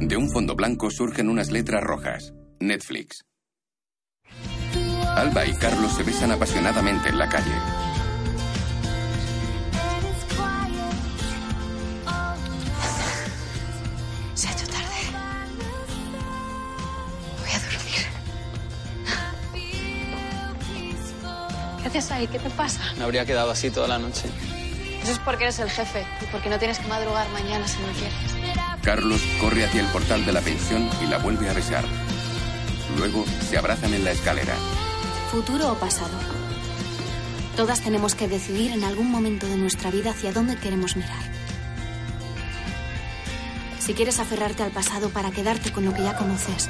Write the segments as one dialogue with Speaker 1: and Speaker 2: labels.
Speaker 1: De un fondo blanco surgen unas letras rojas. Netflix. Alba y Carlos se besan apasionadamente en la calle.
Speaker 2: Se ha hecho tarde. Voy a dormir. ¿Qué haces ahí? ¿Qué te pasa?
Speaker 3: Me habría quedado así toda la noche.
Speaker 2: Eso es porque eres el jefe y porque no tienes que madrugar mañana si no quieres.
Speaker 1: Carlos corre hacia el portal de la pensión y la vuelve a besar. Luego se abrazan en la escalera.
Speaker 4: ¿Futuro o pasado? Todas tenemos que decidir en algún momento de nuestra vida hacia dónde queremos mirar. Si quieres aferrarte al pasado para quedarte con lo que ya conoces,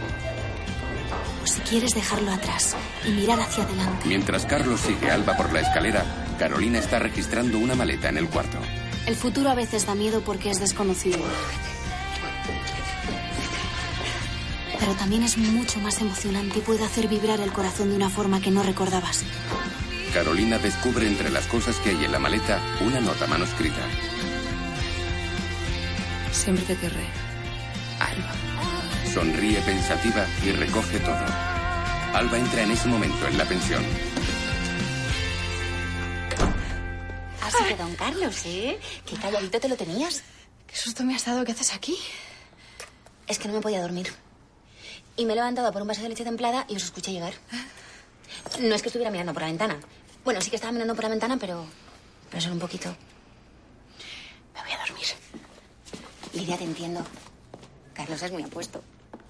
Speaker 4: o si quieres dejarlo atrás y mirar hacia adelante.
Speaker 1: Mientras Carlos sigue a Alba por la escalera, Carolina está registrando una maleta en el cuarto.
Speaker 4: El futuro a veces da miedo porque es desconocido. Pero también es mucho más emocionante y puede hacer vibrar el corazón de una forma que no recordabas.
Speaker 1: Carolina descubre entre las cosas que hay en la maleta una nota manuscrita.
Speaker 5: Siempre te querré. Alba.
Speaker 1: Sonríe pensativa y recoge todo. Alba entra en ese momento en la pensión.
Speaker 6: Así que, don Carlos, ¿eh? Qué calladito te lo tenías.
Speaker 2: ¿Qué susto me has dado? ¿Qué haces aquí?
Speaker 6: Es que no me podía dormir. Y me he levantado a por un vaso de leche templada y os escuché llegar. No es que estuviera mirando por la ventana. Bueno, sí que estaba mirando por la ventana, pero. Pero solo un poquito. Me voy a dormir. Lidia, te entiendo. Carlos es muy apuesto.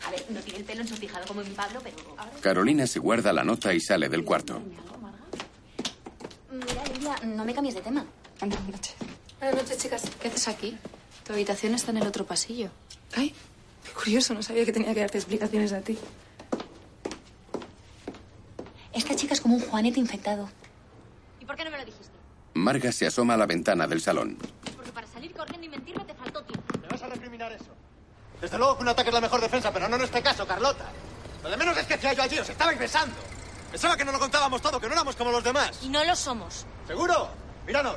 Speaker 6: A ver, no tiene el pelo ensortijado como mi Pablo, pero.
Speaker 1: Carolina se guarda la nota y sale del cuarto.
Speaker 6: Mira, Lidia, no me cambies de tema.
Speaker 5: Ah, Buenas noches.
Speaker 2: Buenas noches, chicas. ¿Qué haces aquí? Tu habitación está en el otro pasillo.
Speaker 5: Ay, qué curioso, no sabía que tenía que darte explicaciones a ti.
Speaker 6: Esta chica es como un Juanete infectado.
Speaker 7: ¿Y por qué no me lo dijiste?
Speaker 1: Marga se asoma a la ventana del salón.
Speaker 7: Porque para salir corriendo y mentirme te faltó tiempo.
Speaker 8: ¿Me vas a recriminar eso? Desde luego que un ataque es la mejor defensa, pero no en este caso, Carlota. Lo de menos es que hacía yo allí, os estabais besando. Pensaba que no lo contábamos todo, que no éramos como los demás.
Speaker 7: Y no lo somos.
Speaker 8: ¿Seguro? Míranos.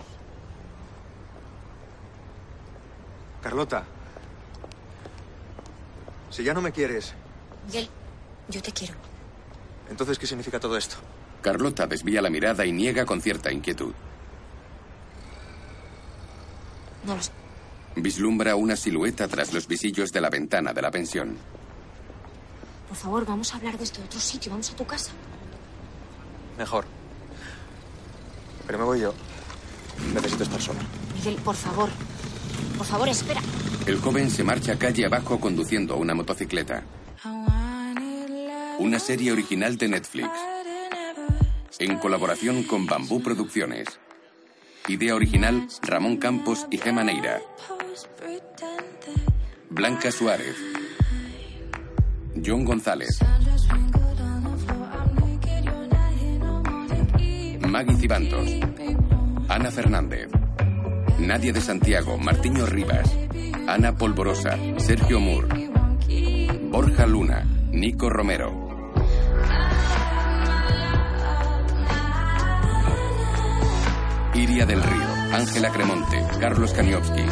Speaker 8: Carlota. Si ya no me quieres,
Speaker 6: Y él. Yo te quiero.
Speaker 8: entonces ¿qué significa todo esto?
Speaker 1: Carlota desvía la mirada y niega con cierta inquietud.
Speaker 6: No lo sé.
Speaker 1: Vislumbra una silueta tras los visillos de la ventana de la pensión.
Speaker 4: Por favor, vamos a hablar de esto de otro sitio. Vamos a tu casa.
Speaker 8: Mejor. Pero me voy yo. Necesito estar solo.
Speaker 4: Miguel, por favor. Por favor, espera.
Speaker 1: El joven se marcha calle abajo conduciendo una motocicleta. Una serie original de Netflix. En colaboración con Bambú Producciones. Idea original Ramón Campos y Gema Neira. Blanca Suárez. John González. Maggie Cibantos. Ana Fernández. Nadia de Santiago, Martiño Rivas, Ana Polvorosa, Sergio Moore, Borja Luna, Nico Romero. Iria del Río, Ángela Cremonte, Carlos Kaniowski.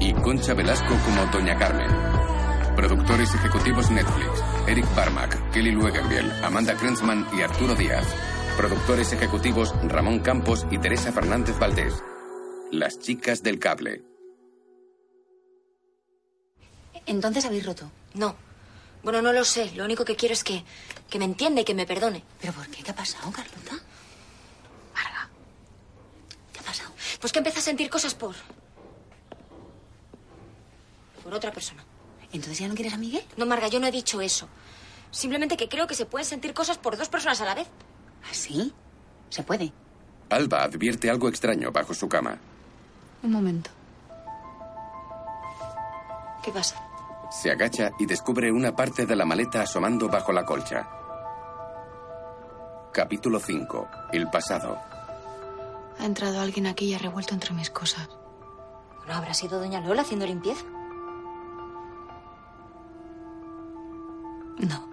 Speaker 1: Y Concha Velasco como Doña Carmen. Productores ejecutivos Netflix, Eric Barmack, Kelly Luegenbiel, Amanda Krenzman y Arturo Díaz. Productores ejecutivos Ramón Campos y Teresa Fernández Valdés. Las chicas del cable.
Speaker 6: Entonces habéis roto.
Speaker 7: No. Bueno, no lo sé. Lo único que quiero es que, que me entienda y que me perdone.
Speaker 6: ¿Pero por qué? ¿Qué ha pasado, Carlota?
Speaker 7: Marga.
Speaker 6: ¿Qué ha pasado?
Speaker 7: Pues que empieza a sentir cosas por. por otra persona.
Speaker 6: ¿Entonces ya no quieres a Miguel?
Speaker 7: No, Marga, yo no he dicho eso. Simplemente que creo que se pueden sentir cosas por dos personas a la vez.
Speaker 4: ¿Ah,
Speaker 6: ¿Así? Se puede.
Speaker 1: Alba advierte algo extraño bajo su cama.
Speaker 5: Un momento.
Speaker 7: ¿Qué pasa?
Speaker 1: Se agacha y descubre una parte de la maleta asomando bajo la colcha. Capítulo 5. El pasado.
Speaker 5: Ha entrado alguien aquí y ha revuelto entre mis cosas.
Speaker 7: ¿No habrá sido Doña Lola haciendo limpieza?
Speaker 5: No.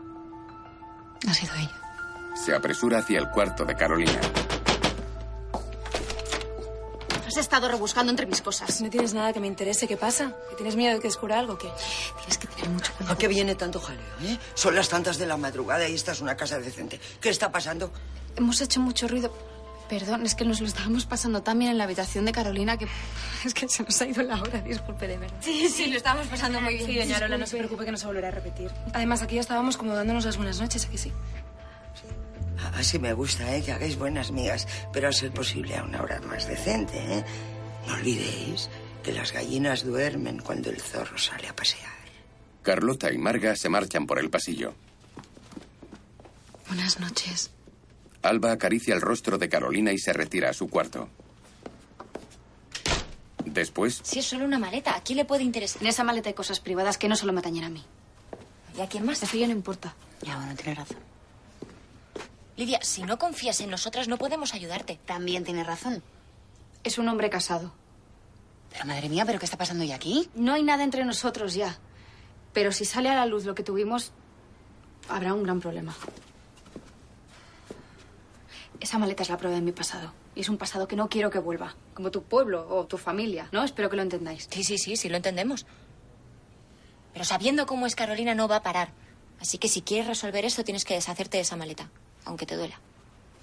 Speaker 5: Ha sido ella.
Speaker 1: Se apresura hacia el cuarto de Carolina.
Speaker 7: ¿Has
Speaker 4: he estado rebuscando entre mis
Speaker 5: Ah,
Speaker 4: cosas.
Speaker 9: No tienes nada que me interese. ¿Qué pasa? ¿Que tienes miedo de que descubra algo? o ¿Qué?
Speaker 4: Tienes que tener mucho cuidado.
Speaker 10: ¿A qué viene tanto jaleo, eh? Son las tantas de la madrugada y esta es una casa decente. ¿Qué está pasando?
Speaker 5: Hemos hecho mucho ruido. Perdón, es que nos lo estábamos pasando tan bien en la habitación de Carolina que es que se nos ha ido la hora, disculpe de verdad.
Speaker 7: Sí, sí, lo estábamos pasando muy bien.
Speaker 9: Sí, doña Lola, no se preocupe que no se volverá a repetir. Además, aquí ya estábamos como dándonos las buenas noches, aquí sí.
Speaker 10: Así me gusta, ¿eh? Que hagáis buenas migas, pero a ser posible a una hora más decente, ¿eh? No olvidéis que las gallinas duermen cuando el zorro sale a pasear.
Speaker 1: Carlota y Marga se marchan por el pasillo.
Speaker 5: Buenas noches.
Speaker 1: Alba acaricia el rostro de Carolina y se retira a su cuarto. Después,
Speaker 7: Si es solo una maleta, ¿a quién le puede interesar?
Speaker 5: En esa maleta hay cosas privadas que no solo me atañen a mí.
Speaker 7: ¿Y a quién más?
Speaker 5: Eso ya no importa.
Speaker 11: Ya, bueno, tienes razón.
Speaker 7: Lidia, si no confías en nosotras, no podemos ayudarte.
Speaker 11: También tienes razón.
Speaker 5: Es un hombre casado.
Speaker 11: Pero madre mía, ¿pero qué está pasando hoy aquí?
Speaker 5: No hay nada entre nosotros ya. Pero si sale a la luz lo que tuvimos, habrá un gran problema. Esa maleta es la prueba de mi pasado. Y es un pasado que no quiero que vuelva. Como tu pueblo o tu familia, ¿no? Espero que lo entendáis.
Speaker 7: Sí, sí, sí, sí, lo entendemos. Pero sabiendo cómo es Carolina, no va a parar. Así que si quieres resolver eso, tienes que deshacerte de esa maleta, aunque te duela.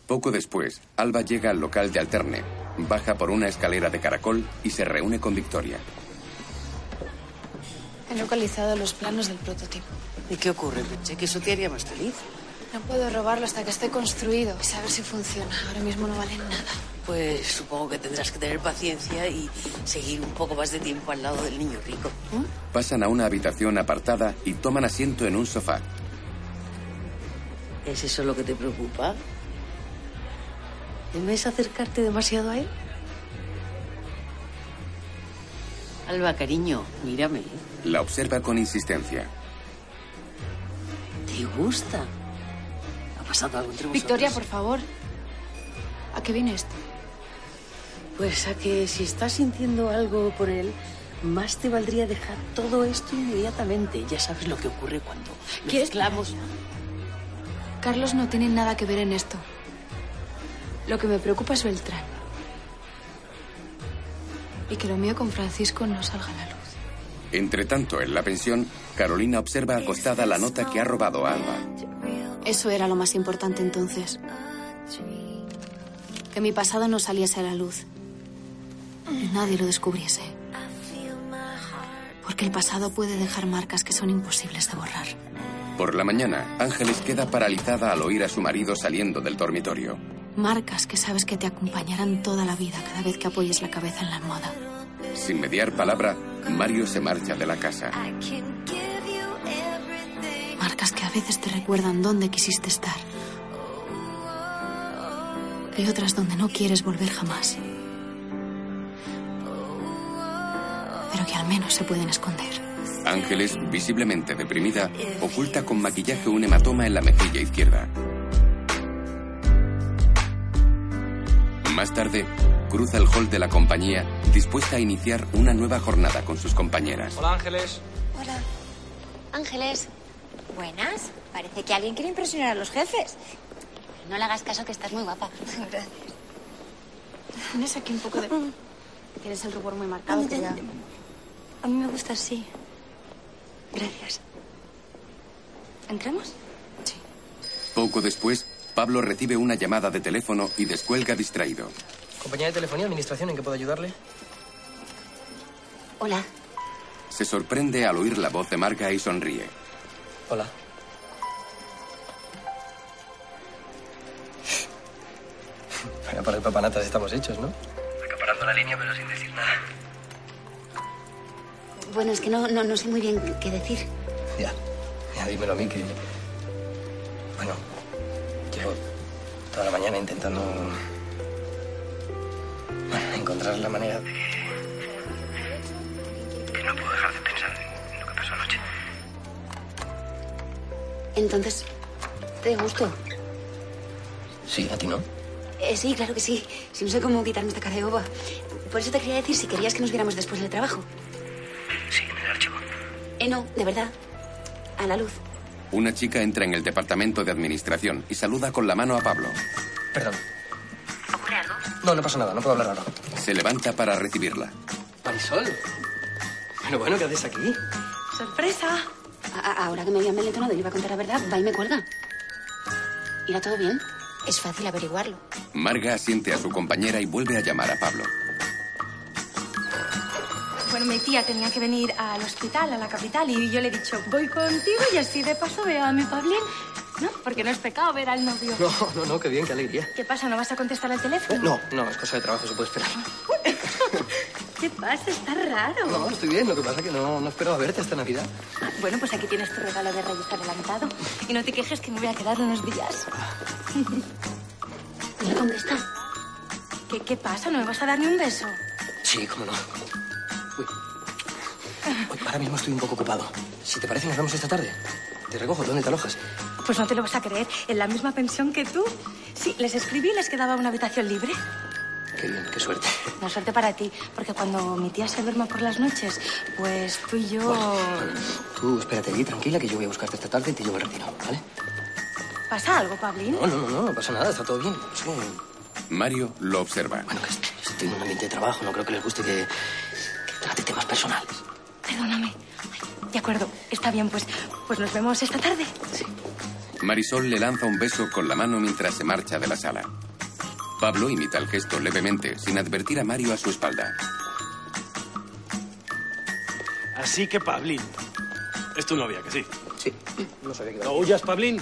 Speaker 1: poco después, Alba llega al local de Alterne, baja por una escalera de caracol y se reúne con Victoria.
Speaker 5: He localizado los planos del prototipo.
Speaker 10: ¿Y qué ocurre? Pensé que eso te haría más feliz.
Speaker 5: No puedo robarlo hasta que esté construido y saber si funciona. Ahora mismo no valen nada.
Speaker 10: Pues supongo que tendrás que tener paciencia y seguir un poco más de tiempo al lado del niño rico.
Speaker 1: Pasan a una habitación apartada y toman asiento en un sofá.
Speaker 10: ¿Es eso lo que te preocupa? ¿Debes acercarte demasiado a él? Alba, cariño, mírame. ¿eh?
Speaker 1: La observa con insistencia.
Speaker 10: ¿Te gusta? ¿Ha pasado algo entre
Speaker 5: Victoria, por
Speaker 10: vosotros?
Speaker 5: favor. ¿A qué viene esto?
Speaker 10: Pues a que si estás sintiendo algo por él, más te valdría dejar todo esto inmediatamente. Ya sabes lo que ocurre cuando
Speaker 5: ¿Quieres
Speaker 10: mezclamos...
Speaker 5: Carlos no tiene nada que ver en esto. Lo que me preocupa es Beltrán. Y que lo mío con Francisco no salga a la luz.
Speaker 1: Entre tanto, en la pensión, Carolina observa acostada la nota que ha robado a Alba.
Speaker 4: Eso era lo más importante entonces. Que mi pasado no saliese a la luz. Y nadie lo descubriese. Porque el pasado puede dejar marcas que son imposibles de borrar.
Speaker 1: Por la mañana, Ángeles queda paralizada al oír a su marido saliendo del dormitorio.
Speaker 4: Marcas que sabes que te acompañarán toda la vida cada vez que apoyes la cabeza en la almohada.
Speaker 1: Sin mediar palabra, Mario se marcha de la casa.
Speaker 4: Marcas que a veces te recuerdan dónde quisiste estar. Y otras donde no quieres volver jamás. Pero que al menos se pueden esconder.
Speaker 1: Ángeles, visiblemente deprimida, oculta con maquillaje un hematoma en la mejilla izquierda. Más tarde, cruza el hall de la compañía, dispuesta a iniciar una nueva jornada con sus compañeras.
Speaker 12: Hola Ángeles.
Speaker 11: Hola.
Speaker 7: Ángeles,
Speaker 11: Buenas. Parece que alguien quiere impresionar a los jefes.
Speaker 7: no le hagas caso que estás muy guapa.
Speaker 5: Tienes aquí un poco de... Tienes el rubor muy
Speaker 10: Ah,
Speaker 5: marcado. que ya-
Speaker 11: A mí me gusta así. Gracias.
Speaker 7: ¿Entramos?
Speaker 1: Poco después, Pablo recibe una llamada de teléfono y descuelga distraído.
Speaker 3: Compañía de telefonía, administración, ¿en qué puedo ayudarle?
Speaker 7: Hola.
Speaker 1: Se sorprende al oír la voz de Marga y sonríe.
Speaker 3: Hola. Bueno, para el papanatas estamos hechos, ¿no? Acaparando la línea, pero sin decir nada.
Speaker 11: Bueno, es que no, no, no sé muy bien qué decir.
Speaker 3: Ya. Ya, dímelo a mí que... Bueno, llevo toda la mañana intentando... Bueno, encontrar la manera de... Que no puedo dejar de pensar en lo que pasó anoche.
Speaker 11: Entonces, ¿te gustó?
Speaker 3: Sí, a ti no.
Speaker 11: Eh, sí, claro que sí. Si no sé cómo quitarme esta cara de boba. Por eso te quería decir si querías que nos viéramos después del trabajo.
Speaker 3: Sí, en el archivo.
Speaker 11: Eh, no, de verdad. A la luz.
Speaker 1: Una chica entra en el departamento de administración y saluda con la mano a Pablo.
Speaker 3: Perdón. ¿Ocurre algo? No, no pasa nada, no puedo hablar ahora.
Speaker 1: Se levanta para recibirla.
Speaker 3: Marisol. Bueno, bueno, ¿qué haces aquí?
Speaker 13: ¡Sorpresa!
Speaker 10: ahora que me habían malentonado y le iba a contar la verdad, va y me cuelga. ¿Irá todo bien? Es fácil averiguarlo.
Speaker 1: Marga asiente a su compañera y vuelve a llamar a Pablo.
Speaker 5: Bueno, mi tía tenía que venir al hospital, a la capital, y yo le he dicho, voy contigo y así de paso veo a mi Pablín. No, porque no es pecado ver al novio.
Speaker 3: No, no, no, qué bien, qué alegría.
Speaker 5: ¿Qué pasa? ¿No vas a contestar al teléfono?
Speaker 3: No, no, es cosa de trabajo, se puede esperar.
Speaker 5: Ah, ¿Qué pasa? Está raro.
Speaker 3: No, estoy bien, lo que pasa es que no, no esperaba verte hasta Navidad.
Speaker 5: Ah, Bueno, pues aquí tienes tu regalo de Reyes adelantado. Y no te quejes que me voy a quedar unos días.
Speaker 10: ¿Me contesta?
Speaker 5: ¿Qué, ¿Qué pasa? ¿No me vas a dar ni un beso?
Speaker 3: Sí, cómo no. Uy. Uy, ahora mismo estoy un poco ocupado. Si te parece, nos vemos esta tarde. Te recojo, ¿dónde te alojas?
Speaker 5: Pues no te lo vas a creer. En la misma pensión que tú. Sí, les escribí y les quedaba una habitación libre.
Speaker 3: Qué bien, qué suerte.
Speaker 5: No suerte para ti, porque cuando mi tía se duerma por las noches, pues tú y yo...
Speaker 3: Tú espérate aquí, tranquila, que yo voy a buscarte esta tarde y te llevo al retiro, ¿vale?
Speaker 5: ¿Pasa algo, Pablín?
Speaker 3: No, no, no, no, no pasa nada, está todo bien. Es que
Speaker 1: Mario lo observa.
Speaker 3: estoy en un ambiente de trabajo, no creo que les guste que, que trate temas personales.
Speaker 5: Perdóname. Ay, de acuerdo, está bien, pues, pues nos vemos esta tarde.
Speaker 1: Marisol le lanza un beso con la mano mientras se marcha de la sala. Pablo imita el gesto levemente, sin advertir a Mario a su espalda.
Speaker 8: Así que, Pablín, es tu novia, que sí.
Speaker 3: Sí, no sabía que
Speaker 8: No huyas, Pablín.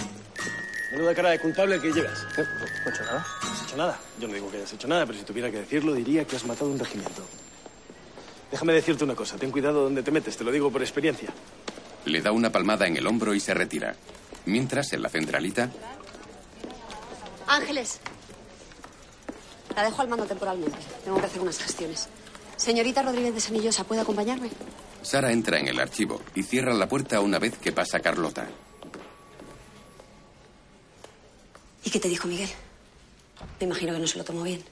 Speaker 8: Menuda cara de culpable que llevas. No,
Speaker 3: he hecho nada.
Speaker 8: No has hecho nada. Yo no digo que hayas hecho nada, pero si tuviera que decirlo, diría que has matado un regimiento. Déjame decirte una cosa. Ten cuidado donde te metes, te lo digo por experiencia.
Speaker 1: Le da una palmada en el hombro y se retira. Mientras, en la centralita,
Speaker 4: Ángeles. La dejo al mando temporalmente. Tengo que hacer unas gestiones. Señorita Rodríguez de Senillosa, ¿puede acompañarme?
Speaker 1: Sara entra en el archivo y cierra la puerta una vez que pasa Carlota.
Speaker 4: ¿Y qué te dijo Miguel? Me imagino que no se lo tomó bien.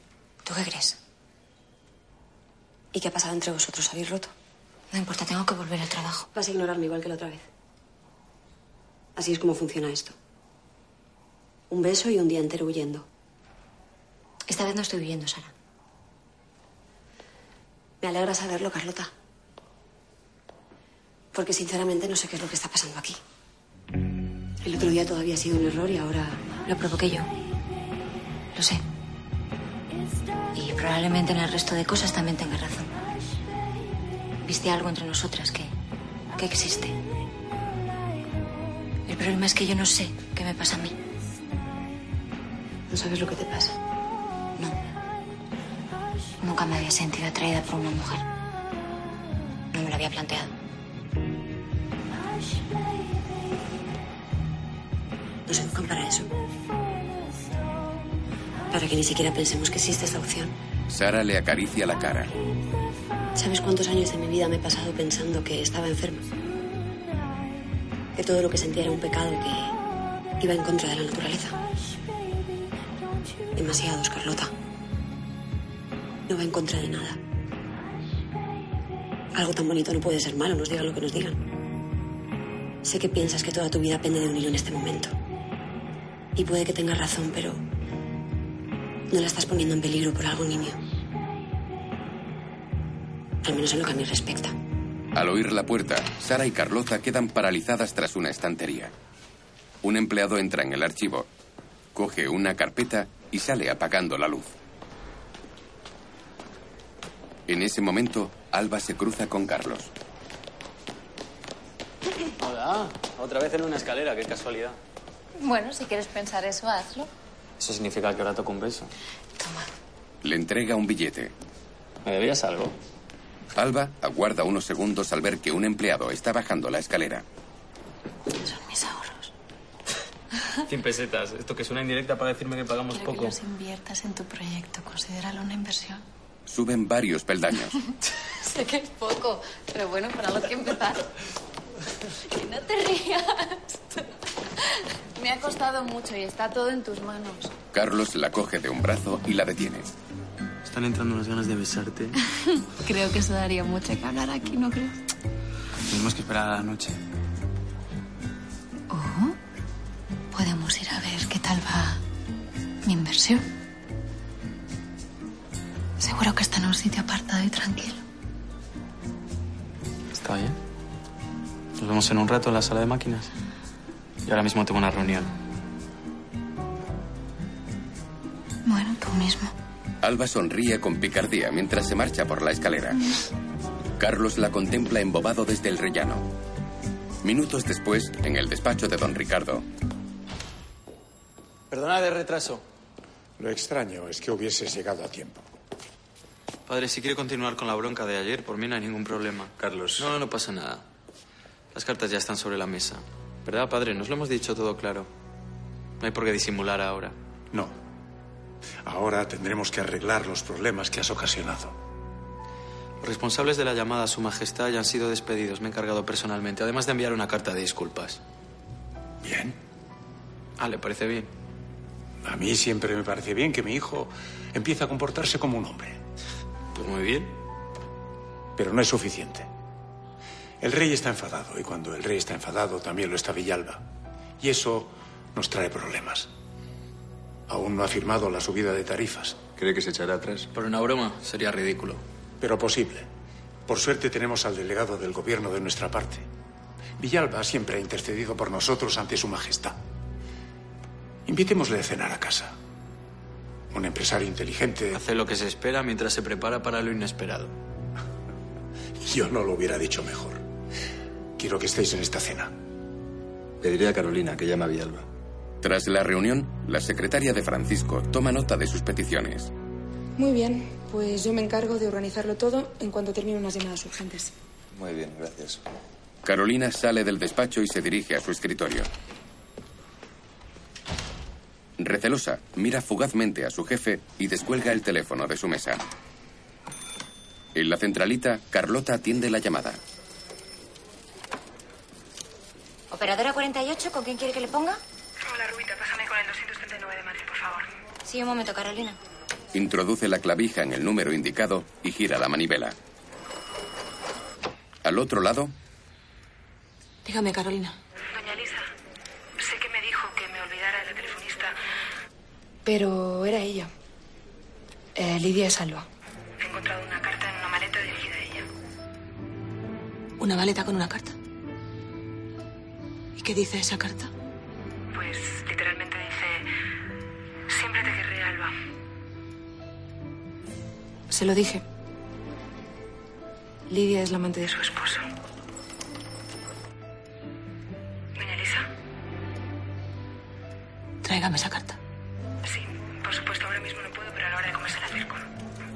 Speaker 4: ¿Tú qué crees? ¿Y qué ha pasado entre vosotros? ¿Habéis roto? No importa, tengo que volver al trabajo. Vas a ignorarme igual que la otra vez. Así es como funciona esto. Un beso y un día entero huyendo.
Speaker 10: Esta vez no estoy huyendo, Sara.
Speaker 4: Me alegra saberlo, Carlota. Porque sinceramente no sé qué es lo que está pasando aquí. El otro día todavía ha sido un error y ahora lo provoqué yo.
Speaker 10: Lo sé. Y probablemente en el resto de cosas también tengas razón. Viste algo entre nosotras que, que existe. El problema es que yo no sé qué me pasa a mí.
Speaker 4: No sabes lo que te pasa.
Speaker 10: Nunca me había sentido atraída por una mujer. No me lo había planteado.
Speaker 4: Nos educan para eso. Para que ni siquiera pensemos que existe esta opción.
Speaker 1: Sara le acaricia la cara.
Speaker 4: ¿Sabes cuántos años de mi vida me he pasado pensando que estaba enferma? Que todo lo que sentía era un pecado que iba en contra de la naturaleza. Demasiados, Carlota. No va en contra de nada. Algo tan bonito no puede ser malo, nos digan lo que nos digan. Sé que piensas que toda tu vida pende de un hilo en este momento. Y puede que tengas razón, pero no la estás poniendo en peligro por algo niño. Al menos en lo que a mí respecta.
Speaker 1: Al oír la puerta, Sara y Carlota quedan paralizadas tras una estantería. Un empleado entra en el archivo, coge una carpeta y sale apagando la luz. En ese momento, Alba se cruza con Carlos.
Speaker 6: Hola, otra vez en una escalera, qué casualidad.
Speaker 7: Bueno, si quieres pensar eso, hazlo.
Speaker 6: Eso significa que ahora toco un beso.
Speaker 1: Le entrega un billete.
Speaker 6: ¿Me debías algo?
Speaker 1: Alba aguarda unos segundos al ver que un empleado está bajando la escalera.
Speaker 7: Son mis ahorros.
Speaker 6: 100 pesetas, esto que suena indirecta para decirme que pagamos
Speaker 7: Quiero que los inviertas en tu proyecto. Considéralo una inversión.
Speaker 1: Suben varios peldaños.
Speaker 7: sé que es poco, pero bueno, para lo que empezar. Y no te rías. Me ha costado mucho y está todo en tus manos.
Speaker 1: Carlos la coge de un brazo y la detiene.
Speaker 6: Están entrando unas ganas de besarte.
Speaker 7: Creo que eso daría mucho que hablar aquí, ¿no crees?
Speaker 6: Tenemos que esperar a la noche.
Speaker 7: O podemos ir a ver qué tal va mi inversión. Se
Speaker 4: Seguro que está en un sitio apartado y tranquilo.
Speaker 3: Está bien. Nos vemos en un rato en la sala de máquinas. Y ahora mismo tengo una reunión.
Speaker 4: Bueno, tú mismo.
Speaker 1: Alba sonríe con picardía mientras se marcha por la escalera. Carlos la contempla embobado desde el rellano. Minutos después, en el despacho de don Ricardo.
Speaker 3: Perdonad el retraso.
Speaker 6: Lo extraño es que hubieses llegado a tiempo.
Speaker 3: Padre, si quiere continuar con la bronca de ayer, por mí no hay ningún problema. Carlos. No, no, no pasa nada. Las cartas ya están sobre la mesa. ¿Verdad, padre? Nos lo hemos dicho todo claro. No hay por qué disimular ahora.
Speaker 6: No. Ahora tendremos que arreglar los problemas que has ocasionado.
Speaker 3: Los responsables de la llamada a su majestad ya han sido despedidos. Me he encargado personalmente, además de enviar una carta de disculpas.
Speaker 6: Bien.
Speaker 3: Ah, ¿le parece bien?
Speaker 6: A mí siempre me parece bien que mi hijo empiece a comportarse como un hombre.
Speaker 3: Pues muy bien.
Speaker 6: Pero no es suficiente. El rey está enfadado y cuando el rey está enfadado también lo está Villalba. Y eso nos trae problemas. Aún no ha firmado la subida de tarifas.
Speaker 3: ¿Cree que se echará atrás? Por una broma, sería ridículo.
Speaker 6: Pero posible. Por suerte tenemos al delegado del gobierno de nuestra parte. Villalba siempre ha intercedido por nosotros ante su majestad. Invitémosle a cenar a casa. Un empresario inteligente.
Speaker 3: Hace lo que se espera mientras se prepara para lo inesperado.
Speaker 6: Yo no lo hubiera dicho mejor. Quiero que estéis en esta cena.
Speaker 14: Pediré a Carolina que llame a Villalba.
Speaker 1: Tras la reunión, la secretaria de Francisco toma nota de sus peticiones.
Speaker 5: Muy bien, pues yo me encargo de organizarlo todo en cuanto termine unas llamadas urgentes.
Speaker 14: Muy bien, gracias.
Speaker 1: Carolina sale del despacho y se dirige a su escritorio. Recelosa, mira fugazmente a su jefe y descuelga el teléfono de su mesa. En la centralita, Carlota atiende la llamada.
Speaker 7: ¿Operadora 48? ¿Con quién quiere que le ponga?
Speaker 5: Hola, Rubita, pásame con el 239 de Madrid, por favor.
Speaker 7: Sí, un momento, Carolina.
Speaker 1: Introduce la clavija en el número indicado y gira la manivela. Al otro lado,
Speaker 15: Dígame, Carolina.
Speaker 5: Doña Lisa, sé que me dijo que me olvidara de la telefonista,
Speaker 15: Pero era ella. Eh, Lidia es Alba.
Speaker 5: He encontrado una carta en una maleta dirigida a ella.
Speaker 15: Una maleta con una carta. ¿Y qué dice esa carta?
Speaker 5: Pues literalmente dice, siempre te querré, Alba.
Speaker 15: Se lo dije. Lidia es la amante de su esposo.
Speaker 5: Doña Lisa,
Speaker 15: Tráigame esa carta.
Speaker 5: por supuesto, ahora mismo no puedo, pero a la hora de comerse la circo.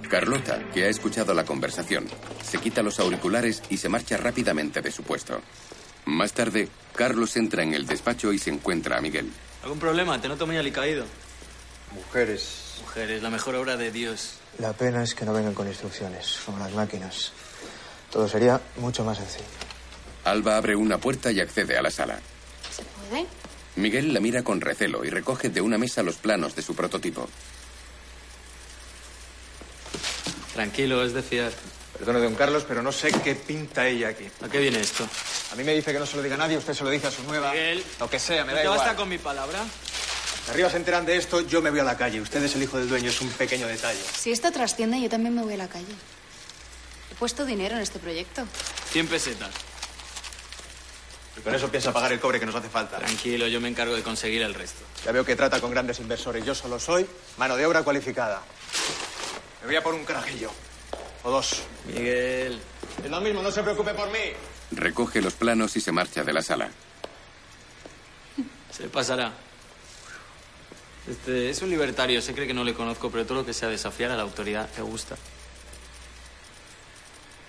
Speaker 1: Carlota, que ha escuchado la conversación, se quita los auriculares y se marcha rápidamente de su puesto. Más tarde, Carlos entra en el despacho y se encuentra a Miguel.
Speaker 3: ¿Algún problema? Te noto muy alicaído.
Speaker 14: Mujeres.
Speaker 3: Mujeres, la mejor obra de Dios.
Speaker 16: La pena es que no vengan con instrucciones sobre las máquinas. Todo sería mucho más sencillo.
Speaker 1: Alba abre una puerta y accede a la sala.
Speaker 4: ¿Puede?
Speaker 1: Miguel la mira con recelo y recoge de una mesa los planos de su prototipo.
Speaker 3: Tranquilo, es de fiar.
Speaker 17: Perdone, don Carlos, pero no sé qué pinta ella aquí.
Speaker 3: ¿A qué viene esto?
Speaker 17: A mí me dice que no se lo diga a nadie, usted se lo dice a su nueva. Lo que sea, me
Speaker 3: ¿No
Speaker 17: da
Speaker 3: te
Speaker 17: igual.
Speaker 3: basta con mi palabra?
Speaker 17: Si arriba se enteran de esto, yo me voy a la calle. Usted es el hijo del dueño, es un pequeño detalle.
Speaker 4: Si esto trasciende, yo también me voy a la calle. He puesto dinero en este proyecto.
Speaker 3: 100 pesetas.
Speaker 17: Y con eso piensa pagar el cobre que nos hace falta.
Speaker 3: Tranquilo, yo me encargo de conseguir el resto.
Speaker 17: Ya veo que trata con grandes inversores. Yo solo soy mano de obra cualificada. Me voy a por un carajillo. O dos.
Speaker 3: Miguel.
Speaker 17: Es lo mismo, no se preocupe por mí.
Speaker 1: Recoge los planos y se marcha de la sala.
Speaker 3: Se pasará. Este es un libertario, se cree que no le conozco, pero todo lo que sea desafiar a la autoridad le gusta.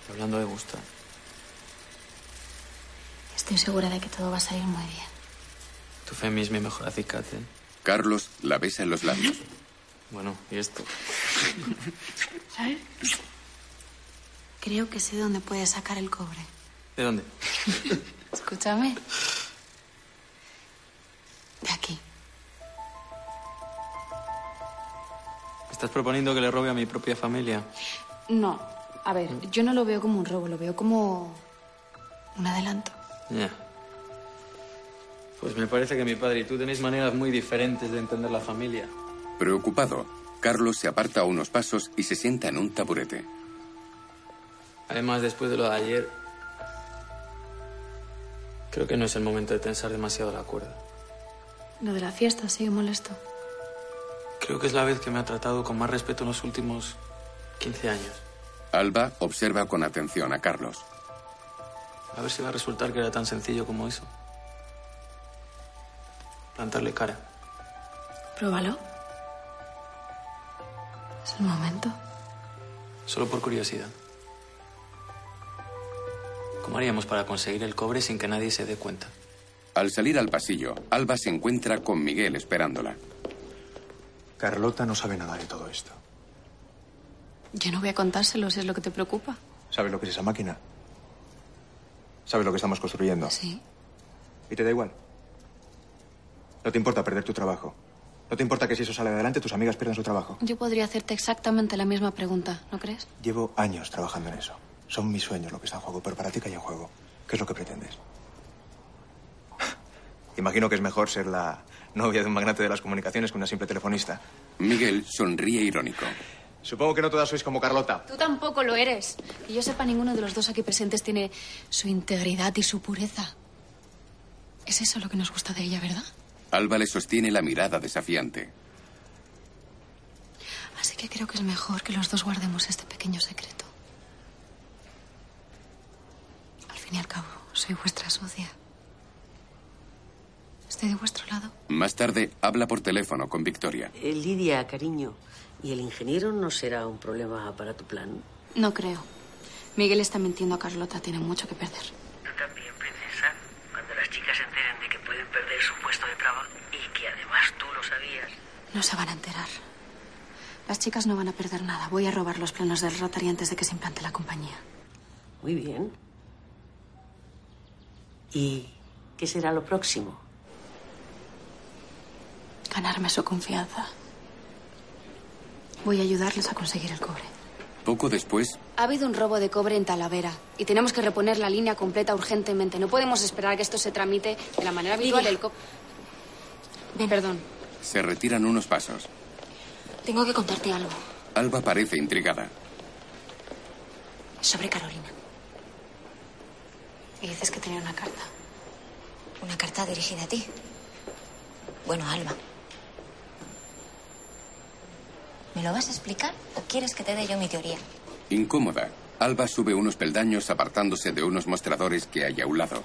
Speaker 3: Y hablando de gusto,
Speaker 4: Estoy segura de que todo va a salir muy bien.
Speaker 3: tu fe en mí es mi mejor acicate.
Speaker 1: Carlos la besa en los labios.
Speaker 3: Bueno, y esto.
Speaker 4: ¿Sabes? Creo que sé dónde puedes sacar el cobre.
Speaker 3: ¿De dónde?
Speaker 4: Escúchame. De aquí.
Speaker 3: ¿Estás proponiendo que le robe a mi propia familia?
Speaker 4: No. A ver, yo no lo veo como un robo, lo veo como un adelanto.
Speaker 3: Ya. Pues me parece que mi padre y tú tenéis maneras muy diferentes de entender la familia.
Speaker 1: Preocupado, Carlos se aparta unos pasos y se sienta en un taburete.
Speaker 3: Además, después de lo de ayer, creo que no es el momento de tensar demasiado la cuerda.
Speaker 4: Lo de la fiesta sigue molesto.
Speaker 3: Creo que es la vez que me ha tratado con más respeto en los últimos 15 años.
Speaker 1: Alba observa con atención a Carlos.
Speaker 3: A ver si va a resultar que era tan sencillo como eso. Plantarle cara.
Speaker 4: Pruébalo. Es el momento.
Speaker 3: Solo por curiosidad. ¿Cómo haríamos para conseguir el cobre sin que nadie se dé cuenta?
Speaker 1: Al salir al pasillo, Alba se encuentra con Miguel esperándola.
Speaker 6: Carlota no sabe nada de todo esto.
Speaker 4: Yo no voy a contárselo si es lo que te preocupa.
Speaker 16: ¿Sabes lo que es esa máquina? ¿Sabes lo que estamos construyendo?
Speaker 4: Sí.
Speaker 16: ¿Y te da igual? No te importa perder tu
Speaker 3: Oh.
Speaker 16: trabajo. No te importa que si eso sale adelante tus amigas pierdan su trabajo.
Speaker 4: Yo podría hacerte exactamente la misma pregunta, ¿no crees?
Speaker 16: Llevo años trabajando en eso. Son mis sueños lo que está en juego, pero para ti que hay en juego. ¿Qué es lo que pretendes? Imagino que es mejor ser la novia de un magnate de las comunicaciones que una simple telefonista.
Speaker 1: Miguel sonríe irónico.
Speaker 17: Supongo que no todas sois como Carlota.
Speaker 4: Tú tampoco lo eres. Que yo sepa, ninguno de los dos aquí presentes tiene su integridad y su pureza. Es eso lo que nos gusta de ella, ¿verdad?
Speaker 1: Alba le sostiene la mirada desafiante.
Speaker 4: Así que creo que es mejor que los dos guardemos este pequeño secreto. Al fin y al cabo, soy vuestra socia. Estoy de vuestro lado.
Speaker 1: Más tarde habla por teléfono con Victoria.
Speaker 18: Eh, Lidia, cariño, ¿y el ingeniero no será un problema para tu plan?
Speaker 4: No creo. Miguel está mintiendo a Carlota, tiene mucho que perder.
Speaker 18: Tú también, princesa. Cuando las chicas se enteren de que pueden perder su puesto de trabajo y que además tú lo sabías.
Speaker 4: No se van a enterar. Las chicas no van a perder nada. Voy a robar los planos del Rotary antes de que se implante la compañía.
Speaker 18: Muy bien. ¿Y qué será lo próximo?
Speaker 4: Ganarme su confianza. Voy a ayudarles a conseguir el cobre.
Speaker 1: Poco después,
Speaker 4: Ha habido un robo de cobre en Talavera y tenemos que reponer la línea completa urgentemente. No podemos esperar que esto se tramite de la manera habitual del co... Perdón.
Speaker 1: se retiran unos pasos.
Speaker 7: Tengo que contarte algo
Speaker 1: Alba parece intrigada.
Speaker 7: sobre Carolina.
Speaker 4: Y dices que tenía una carta.
Speaker 7: Una carta dirigida a ti. Bueno, Alba. ¿Me lo vas a explicar o quieres que te dé yo mi teoría?
Speaker 1: Incómoda, Alba sube unos peldaños apartándose de unos mostradores que hay a un lado.